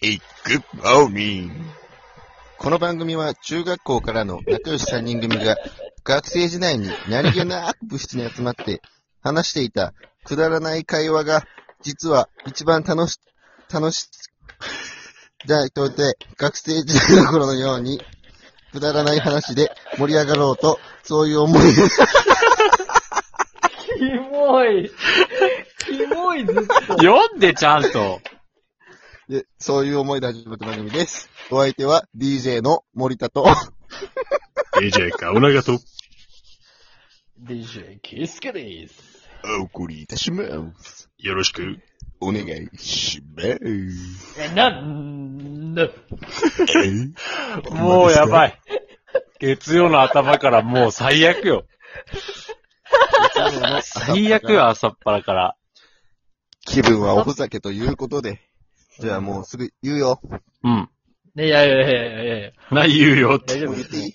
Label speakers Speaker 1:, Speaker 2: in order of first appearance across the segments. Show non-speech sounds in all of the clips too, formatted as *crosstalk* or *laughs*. Speaker 1: Hey, good morning.
Speaker 2: この番組は中学校からの仲良し3人組が学生時代に何気なく部室に集まって話していたくだらない会話が実は一番楽し、楽し、じゃあ、とて学生時代の頃のようにくだらない話で盛り上がろうとそういう思いで
Speaker 3: キモい。キモい、ずっと。
Speaker 4: 読んで、ちゃんと。
Speaker 2: で、そういう思いで始まった番組です。お相手は DJ の森田と
Speaker 1: DJ カオナガと
Speaker 3: DJ、キスケです。
Speaker 1: お送りいたします。よろしくお願いします。
Speaker 3: え、な、んな、
Speaker 4: もうやばい。月曜の頭からもう最悪よ。最悪よ、朝っぱらから。
Speaker 2: 気分はおふざけということで。じゃあもうすぐ言うよ。
Speaker 4: うん。
Speaker 3: ね、いやいやいやいやいや
Speaker 4: な、言うよって。
Speaker 3: 大丈夫
Speaker 2: 言っていい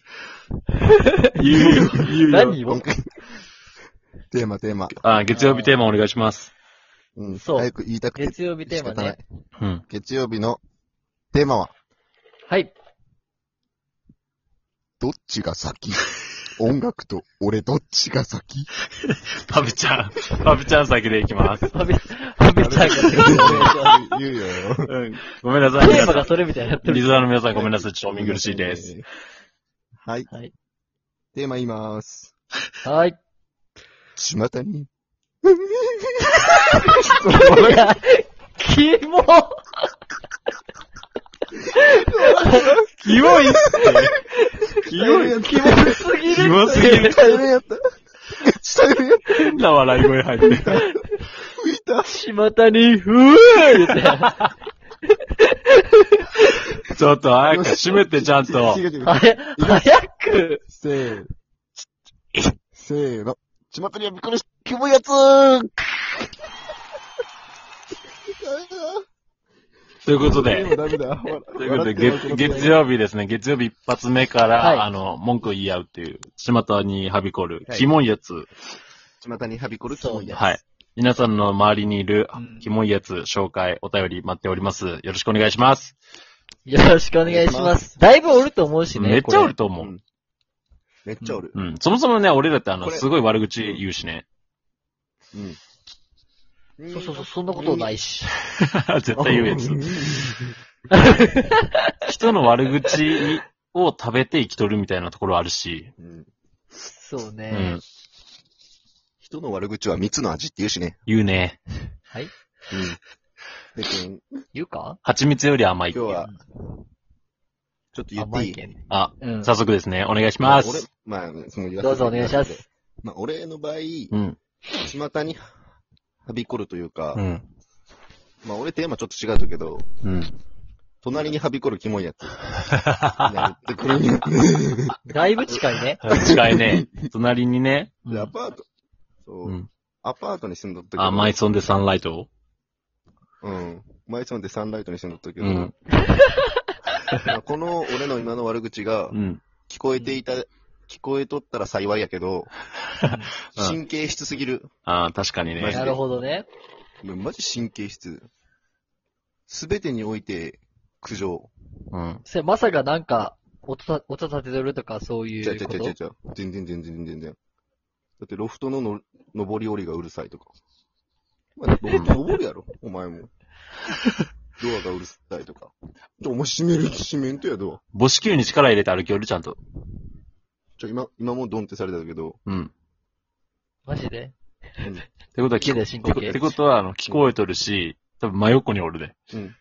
Speaker 4: 言うよ、言うよ。
Speaker 3: 何を
Speaker 2: 今回。テーマ、テーマ。
Speaker 4: あ、月曜日テーマお願いします。
Speaker 2: うん。
Speaker 3: そう
Speaker 2: 早く言いたくて。
Speaker 3: 月曜日テーマ
Speaker 2: 仕
Speaker 3: ね。
Speaker 2: 方ない
Speaker 4: うん。
Speaker 2: 月曜日のテーマは、
Speaker 3: はい。
Speaker 2: どっちが先音楽と俺どっちが先
Speaker 4: パブちゃん、パブちゃん先でいきます。
Speaker 3: ハビ、ハビちゃんがね、
Speaker 2: 言うよ。
Speaker 4: うん。ごめんなさい、
Speaker 3: テ
Speaker 4: 皆
Speaker 3: ーマ
Speaker 4: さ
Speaker 3: が
Speaker 4: ん。
Speaker 3: それみたいになって
Speaker 4: リ
Speaker 3: る。
Speaker 4: ズナーの皆さんごめんなさい、ちょっとお見苦しいです。。
Speaker 2: はい。
Speaker 3: はい
Speaker 2: テーマ言います。
Speaker 3: はい。
Speaker 2: 巷に。 *laughs*
Speaker 3: いや、キモ
Speaker 4: キモいって。キモい。
Speaker 3: キモすぎる
Speaker 4: キモすぎる。
Speaker 2: 大変やった。大変やった。
Speaker 4: 変な笑い声入って
Speaker 2: 浮
Speaker 4: る。
Speaker 2: いた。
Speaker 3: 島谷、ふぅー言って。
Speaker 4: ちょっと早く閉めて、ちゃんと。
Speaker 2: 違う違う
Speaker 3: あれ、早く。
Speaker 2: せーの。せーの。ちまたにはびっくりし、キモいやつー
Speaker 4: ということで。
Speaker 2: ダメだ。
Speaker 4: ということで、月月曜日ですね、月曜日一発目から、
Speaker 3: はい
Speaker 4: あの、文句言い合うっていう、島田にはびこる、
Speaker 2: はい
Speaker 4: キモいやつ、
Speaker 2: ちまたにはびこるキモいやつ。
Speaker 4: はい。皆さんの周りにいる
Speaker 3: うん、
Speaker 4: キモいやつ、紹介、お便り待っております。よろしくお願いします。
Speaker 3: よろしくお願いします。だいぶおると思うしね。
Speaker 4: めっちゃおる
Speaker 3: こと
Speaker 4: 思う。
Speaker 2: うんめっちゃおる。
Speaker 4: うん。そもそもね、俺らってあの、
Speaker 2: これ
Speaker 4: すごい悪口言うしね。
Speaker 2: うん。
Speaker 3: れそうそうそう、そんなことないし。
Speaker 4: 絶対言うやつ。人の悪口を食べて生きとるみたいなところあるし。
Speaker 2: うん。
Speaker 3: そう
Speaker 4: う
Speaker 3: ね
Speaker 4: ん。。
Speaker 2: 人の悪口は蜜の味って言うしね。
Speaker 4: 言うね。
Speaker 3: はい。
Speaker 2: うん。で、君
Speaker 3: 言うか
Speaker 4: 蜂蜜より甘い
Speaker 2: 今日。は、ちょっと言っ
Speaker 3: 甘
Speaker 2: てい
Speaker 3: い
Speaker 2: い
Speaker 3: けんね。
Speaker 4: あ、
Speaker 3: うん
Speaker 4: 早速ですね、お願いしま
Speaker 2: 俺
Speaker 4: す。、
Speaker 2: まあ、その
Speaker 3: どうぞお願いします。。
Speaker 2: まあ、俺の場合、
Speaker 4: うん。
Speaker 2: ちまたにはびこるというか、
Speaker 4: うん。
Speaker 2: まあ、俺テーマちょっと違うけど、
Speaker 4: うん。
Speaker 2: 隣にはびこるキモいや
Speaker 4: *laughs*
Speaker 2: つ。なってくるんや。
Speaker 3: だいぶ近いね。
Speaker 4: 近
Speaker 2: *laughs*
Speaker 4: いね。隣にね。
Speaker 2: で、アパート、そう、
Speaker 4: うん。
Speaker 2: アパートに住んどったけど、
Speaker 4: あ、マイソンでサンライトを
Speaker 2: うん。マイソンでサンライトに住んどったけど、
Speaker 4: うん。
Speaker 2: まあこの俺の今の悪口が
Speaker 4: う、ん。
Speaker 2: 聞こえていた、聞こえとったら幸いやけど、神経質すぎる。
Speaker 4: あ確かに
Speaker 2: マジ
Speaker 4: ね。
Speaker 2: で
Speaker 3: なるほどね。
Speaker 2: もうマジ神経質。すべてにおいて、苦情。
Speaker 4: うん。
Speaker 3: それまさかなんか、音た、音立てとるとかそうい
Speaker 2: ちゃち
Speaker 3: う
Speaker 2: ゃ
Speaker 3: こ
Speaker 2: ちゃちゃ
Speaker 3: と
Speaker 2: ちゃ。全然全然全然全然。だってロフトのの上り下りがうるさいとか。まあ、ロフト上るやろ、お前も。ドアがうるさいとか。ちょお前閉める、閉めんとや、ドア。
Speaker 4: 母子球に力入れて歩きよる、ちゃんと。
Speaker 2: ちょ、今、今もドンってされたけ
Speaker 3: *laughs*
Speaker 2: ど、
Speaker 4: うん。
Speaker 3: マジで
Speaker 4: ってことは、
Speaker 3: 家
Speaker 4: 聞こ
Speaker 3: で進行形。
Speaker 4: っ
Speaker 3: ってて
Speaker 4: ことは、あの、聞こえとるし、多分真横におるで。
Speaker 2: うん。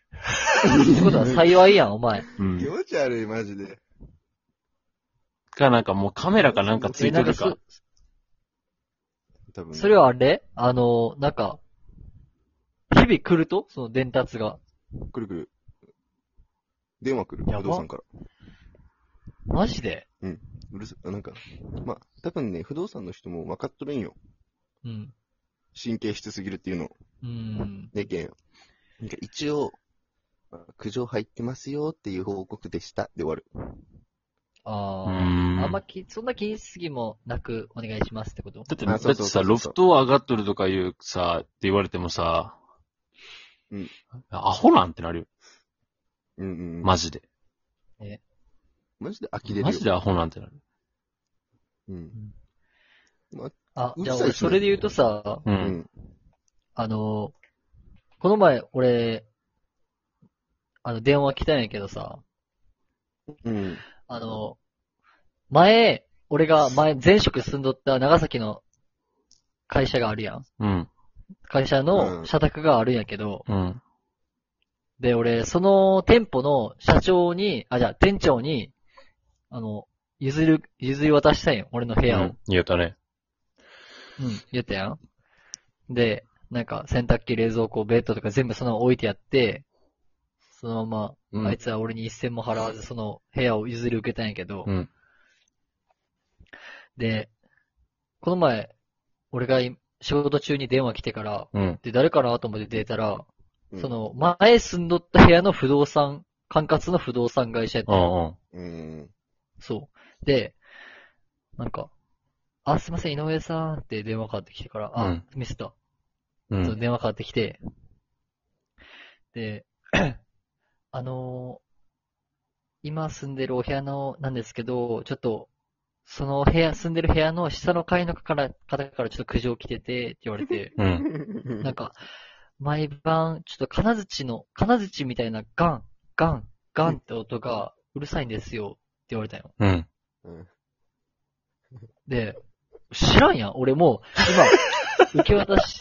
Speaker 3: ことは幸いやん、お前。
Speaker 4: うん。
Speaker 2: 持ち悪い、マジで。
Speaker 4: か、なんかもうカメラかなんかつ
Speaker 3: え、
Speaker 4: いて
Speaker 3: なんか
Speaker 4: るか
Speaker 3: そ。、
Speaker 2: 多分、
Speaker 3: それはあれあの、なんか、日々来るとその伝達が。
Speaker 2: くるくる。電話来る、
Speaker 3: やば
Speaker 2: 不動産から。
Speaker 3: マジで
Speaker 2: うるさい。なんか、まあ、多分ね、不動産の人も分かっとるんよ。
Speaker 3: うん。
Speaker 2: 神経質すぎるっていうの。
Speaker 3: うん。
Speaker 2: でけん。なんか一応、まあ苦情入ってますよっていう報告でした。で終わる。
Speaker 3: あ
Speaker 4: う
Speaker 3: あ。
Speaker 4: ん。
Speaker 3: あんまき、そんな気にしすぎもなくお願いしますってこと
Speaker 4: だって、だ
Speaker 2: あ
Speaker 4: っ
Speaker 2: そう
Speaker 4: て
Speaker 2: そう
Speaker 4: さ、
Speaker 2: そうそう
Speaker 4: ロフト上がっとるとかいうさ、って言われてもさ、
Speaker 2: うん。
Speaker 4: アホなんてなるよ。
Speaker 2: うんうんうん。
Speaker 4: マジで。
Speaker 2: マジで呆れるよ。
Speaker 4: マジでアホなんてなる。
Speaker 2: うん。
Speaker 3: あ、じゃあ
Speaker 2: うるさいっ
Speaker 3: 俺、
Speaker 2: すね
Speaker 3: それで言うとさ、
Speaker 2: う
Speaker 4: う。
Speaker 2: んん。
Speaker 3: あの、この前、俺、あの、電話来たんやけどさ、
Speaker 2: うん。
Speaker 3: あの、前、俺が前、前職住んどった長崎の会社があるやん。
Speaker 4: うん。
Speaker 3: 会社
Speaker 2: うん
Speaker 3: の社宅があるんやけど、
Speaker 4: うん。
Speaker 3: で、俺、その店舗の社長に、あ、じゃあ店長に、あの、譲る、譲り渡したんよ、俺の部
Speaker 4: い
Speaker 3: 屋を。
Speaker 4: 言うたね。
Speaker 3: うん、言ったやん。で、なんか洗濯機、冷蔵庫、ベッドとか全部そのまま置いてやって、そのま
Speaker 4: う
Speaker 3: ま、あい
Speaker 4: ん。
Speaker 3: つは俺に一銭も払わずその部屋を譲り受けたんやけど、
Speaker 4: うん
Speaker 3: で、この前、俺がい仕事中に電話来てから、
Speaker 4: うん。
Speaker 3: で、誰かなと思って出たら、
Speaker 2: うん
Speaker 3: そ、の、前住んどった部屋の不動産、管轄の不動産会社やった
Speaker 4: うん
Speaker 3: よ
Speaker 4: ん
Speaker 2: うん。
Speaker 3: そう。で、なんか、あ、すいません、井上さんって電話かかってきてから、あ、
Speaker 4: うん
Speaker 3: ミスった。
Speaker 4: うん。う。
Speaker 3: そうん電話かかってきて、で、 *clears throat* あのー今住んでるお部屋の、なんですけど、ちょっと、その部屋、住んでる部屋の下の階の方から方からちょっと苦情来てて、って言われて、
Speaker 4: うん。
Speaker 3: なんか、毎晩、ちょっと金槌の、金槌みたいなガン、ガン、ガンって音がうるさいんですよ、って言われたよ。
Speaker 4: うん。
Speaker 2: うん
Speaker 3: で、知らんやん、俺もう、今、受け渡し、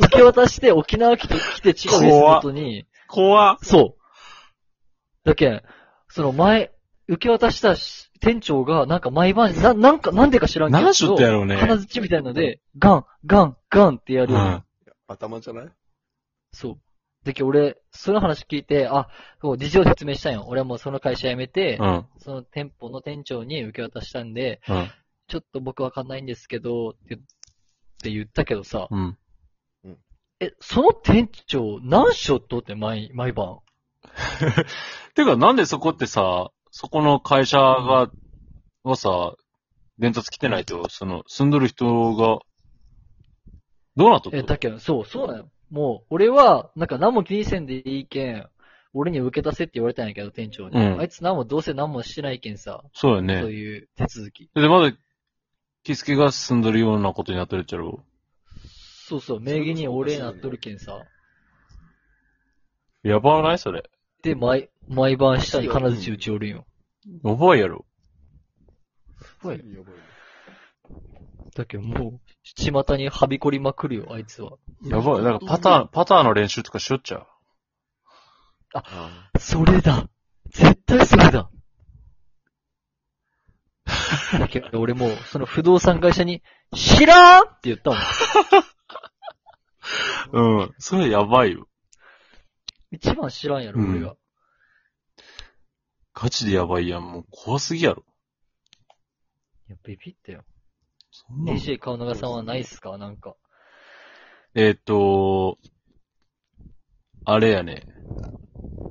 Speaker 3: 受け渡して沖縄来て、来て違う仕事に、
Speaker 4: 怖っ。
Speaker 3: そう。だけん、その前、受け渡したし店長が、なんか毎晩、な、なんか、なんでか知らんけど、
Speaker 4: 何しょってやろうね。
Speaker 3: 金槌みたいので、ガン、ガン、ガンってや
Speaker 4: う
Speaker 3: る。
Speaker 4: ん。
Speaker 2: 頭じゃない
Speaker 3: そう。だけど俺、その話聞いて、あ、こう、事情説明したんよ。俺はもうその会社辞めて、
Speaker 4: うん。
Speaker 3: その店舗の店長に受け渡したんで、
Speaker 4: うん。
Speaker 3: ちょっと僕わかんないんですけど、ってって言ったけどさ、
Speaker 4: うん。
Speaker 3: え、その店長、何ショットって毎、毎晩。
Speaker 4: てか、なんでそこってさ、そこの会社が、はさ、伝達来てないと、その、住んどる人が、どうなっとっ
Speaker 3: え、
Speaker 4: た
Speaker 3: だけど、そう、そうなんよ。もう、俺は、なんか何も気にせんでいいけん、俺に受け出せって言われたんやけど、店長に。
Speaker 4: うん
Speaker 3: あいつ何も、どうせ何もしてないけんさ、
Speaker 4: そうよ
Speaker 3: そう
Speaker 4: ね。
Speaker 3: いう手続き。
Speaker 4: で、まだ、キスケが住んどるようなことになってるっちゃろ。
Speaker 3: そうそう、名義に俺になっとるけんさ。
Speaker 4: やばないそれ。
Speaker 3: で、毎、毎晩下に金槌打ちおるんよ。
Speaker 4: やばいやろ。
Speaker 3: はい
Speaker 2: やばいね。
Speaker 3: だけどもう、巷にはびこりまくるよ、あいつは。
Speaker 4: やばい。なんか、パターン、パターンの練習とかしよっちゃう。
Speaker 2: あ
Speaker 3: それだ絶対それだだけど俺もう、その不動産会社に、知らんって言ったもん。
Speaker 4: うん。それやばいよ。
Speaker 3: 一番知らんやろ、
Speaker 4: うん
Speaker 3: 俺が。
Speaker 4: ガチでやばいやん。もう怖すぎやろ。
Speaker 3: いや、ビビったよ。
Speaker 4: そんなの
Speaker 3: DJ 顔長さんはないっすかなんか。
Speaker 4: えーっ、と、あれやね。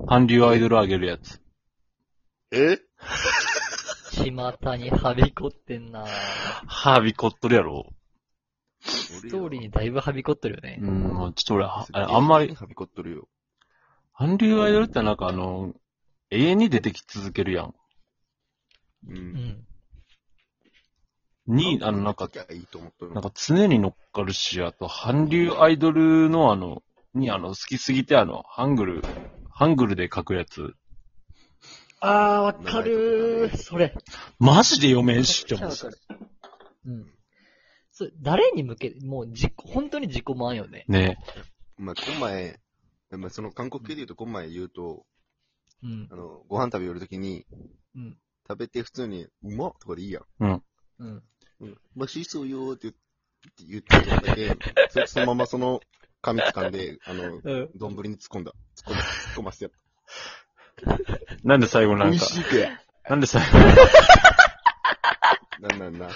Speaker 4: 韓流アイドルあげるやつ。
Speaker 1: え
Speaker 3: 巷にはびこってんなぁ
Speaker 4: はびこっとるやろ。
Speaker 2: ス
Speaker 3: ストーリーにだいぶはびこってるよね
Speaker 4: う。ん、もうちょっと俺、はあれあんまり、
Speaker 2: はびこっとるよ。
Speaker 4: 韓流アイドルってなんかあの、永遠に出てき続けるやん。
Speaker 2: う。
Speaker 3: うんん。
Speaker 4: に、あの、なんか、
Speaker 2: いやいいと思っとる
Speaker 4: なんか常に乗っかるし、あと、韓流アイドルのあの、にあの、好きすぎてあの、ハングル、ハングルで書くやつ。
Speaker 3: あー、わ
Speaker 2: かるー
Speaker 3: それ。
Speaker 4: マジで読めんしちゃ
Speaker 3: わ
Speaker 4: う。
Speaker 3: かるうん。それ、誰に向け、もう、自己、本当に自己満よね。
Speaker 4: ね
Speaker 2: まあ、今前、まあ、その韓国系で言うと、今前言うと、
Speaker 3: うん。
Speaker 2: あの、ご飯食べ寄るときに、
Speaker 3: うん。
Speaker 2: 食べて普通に、うまっとかでいいやん。
Speaker 3: うん。
Speaker 2: うん。まあ、シーソーよーって言って言ってただけ、そいつそのままその、紙掴んで、あの、
Speaker 3: うん。
Speaker 2: 丼に突っ込んだ。突っ込ま、突っ込ませてやっ
Speaker 4: なんで最後
Speaker 2: た。
Speaker 4: なん
Speaker 2: 美味
Speaker 4: か、
Speaker 2: しいくや。
Speaker 4: なんで最
Speaker 2: なんなんな。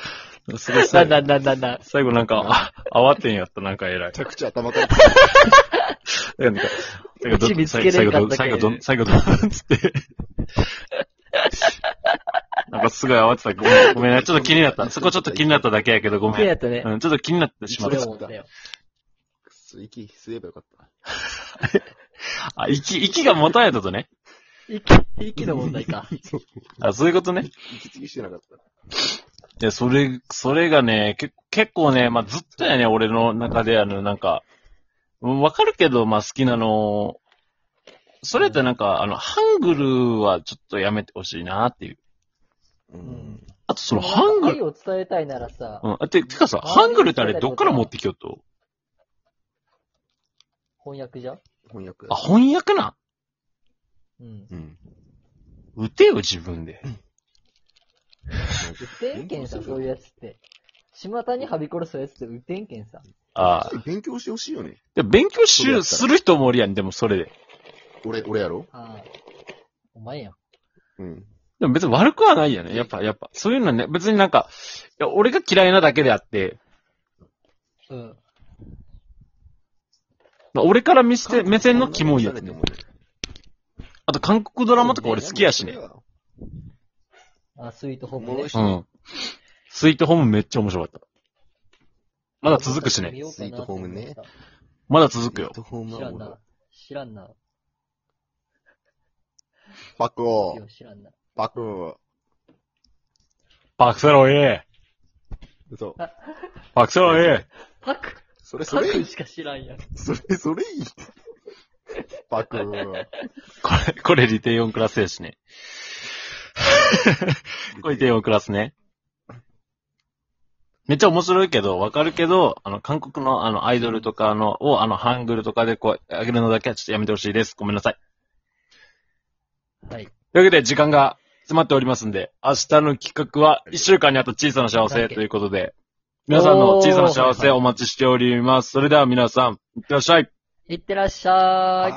Speaker 4: 後、すごい
Speaker 3: な
Speaker 4: 最
Speaker 3: んだ
Speaker 4: 後、
Speaker 3: ななんだ
Speaker 4: 最後な
Speaker 3: *laughs*
Speaker 4: んか、あ、慌てんやった、なんか偉い
Speaker 2: め。ちゃくちゃ頭から。
Speaker 4: なんか、なんか
Speaker 3: うち見つけ
Speaker 4: 最後、
Speaker 3: れ
Speaker 4: 最
Speaker 3: んかっ
Speaker 4: 後、
Speaker 3: た
Speaker 4: 最
Speaker 3: け
Speaker 4: 後、
Speaker 3: ど
Speaker 4: ど最後、どんつ
Speaker 3: *laughs*
Speaker 4: って。なんかすごい慌てた。ごめん、ごめんな。ちょっと気になった。そこちょっと気になっただけやけど、ごめ
Speaker 3: や
Speaker 4: ん。
Speaker 3: ったね。
Speaker 4: うん、ちょっと気になってしま
Speaker 3: そ
Speaker 4: っ
Speaker 3: れ
Speaker 4: た
Speaker 3: は。思ったよ。
Speaker 2: くそ息吸えばよかった。
Speaker 4: あ、息、息がもたれたとね。
Speaker 3: 息、息の問題か。
Speaker 4: あ、そういうことね。
Speaker 1: 息継ぎしてなかっ
Speaker 4: い
Speaker 1: た。
Speaker 4: や、それ、それがね、け結構ね、まあ、ずっとやね、俺の中で、あの、なんか、うんわかるけど、まあ、好きなの、それってなんか、あの、ハングルはちょっとやめてほしいなっていう。
Speaker 2: うん。
Speaker 4: あ *laughs* と、その、ハングル、
Speaker 3: 愛を伝えたいならさ、
Speaker 4: うん、あて、てかさ、ハングルってあれ、どっから持ってきよっと
Speaker 3: 翻訳じゃん
Speaker 1: 翻訳
Speaker 4: あ、翻訳な
Speaker 3: うん。
Speaker 1: うん。
Speaker 4: 打てよ、自分で。
Speaker 3: 雨天券さ、そういうやつって。島田にはびこらすやつって雨天券さ。
Speaker 4: ああ。
Speaker 1: 勉強してほしいよね。
Speaker 4: で勉強し
Speaker 1: そうや
Speaker 4: ゅ
Speaker 1: ったら
Speaker 4: する人もおるやん、でもそれで。
Speaker 1: 俺、俺やろ
Speaker 3: ああ。お前やん。
Speaker 1: うん。
Speaker 4: でも別に悪くはないよね。やっぱ、やっぱ。そういうのはね、別になんか、いや俺が嫌いなだけであって、
Speaker 3: うん。
Speaker 4: まあ、俺から見せて、目線のキモいやつね。あと韓国ドラマとか俺好きやしね。
Speaker 3: あ、スイートホーム
Speaker 1: も
Speaker 3: ね
Speaker 1: う。一
Speaker 4: うん。スイートホームめっちゃ面白かった。まだ続くし
Speaker 3: 見
Speaker 4: ね。
Speaker 3: ようかなって思った
Speaker 1: スイート
Speaker 4: まだ続くよ。
Speaker 3: 知らんな。知らんな。
Speaker 1: パク
Speaker 3: い
Speaker 1: を
Speaker 3: や、知らんな。
Speaker 1: パクを
Speaker 4: パクセロイエ
Speaker 1: そう。
Speaker 4: パクセロイエ
Speaker 3: パク、
Speaker 1: それ、そ
Speaker 3: パ
Speaker 1: れい
Speaker 3: ク
Speaker 1: い。
Speaker 3: しか知らんやん。
Speaker 1: それ、それ
Speaker 3: *laughs*
Speaker 1: いい。パクを
Speaker 4: これ、これリテイオンクラスやしね。これリテイオンクラスね。めっちゃ面白いけど、わかるけど、あの、韓国のあの、アイドルとかの、を、あの、ハングルとかでこう、上げるのだけはちょっとやめてほしいです。ごめんなさい。
Speaker 3: はい。
Speaker 4: というわけで、時間が詰まっておりますんで、明日の企画は、一週間にあった小さな幸せということで、皆さんの小さな幸せお待ちしております。それでは皆さん、いってらっしゃい。
Speaker 3: いってらっしゃーい。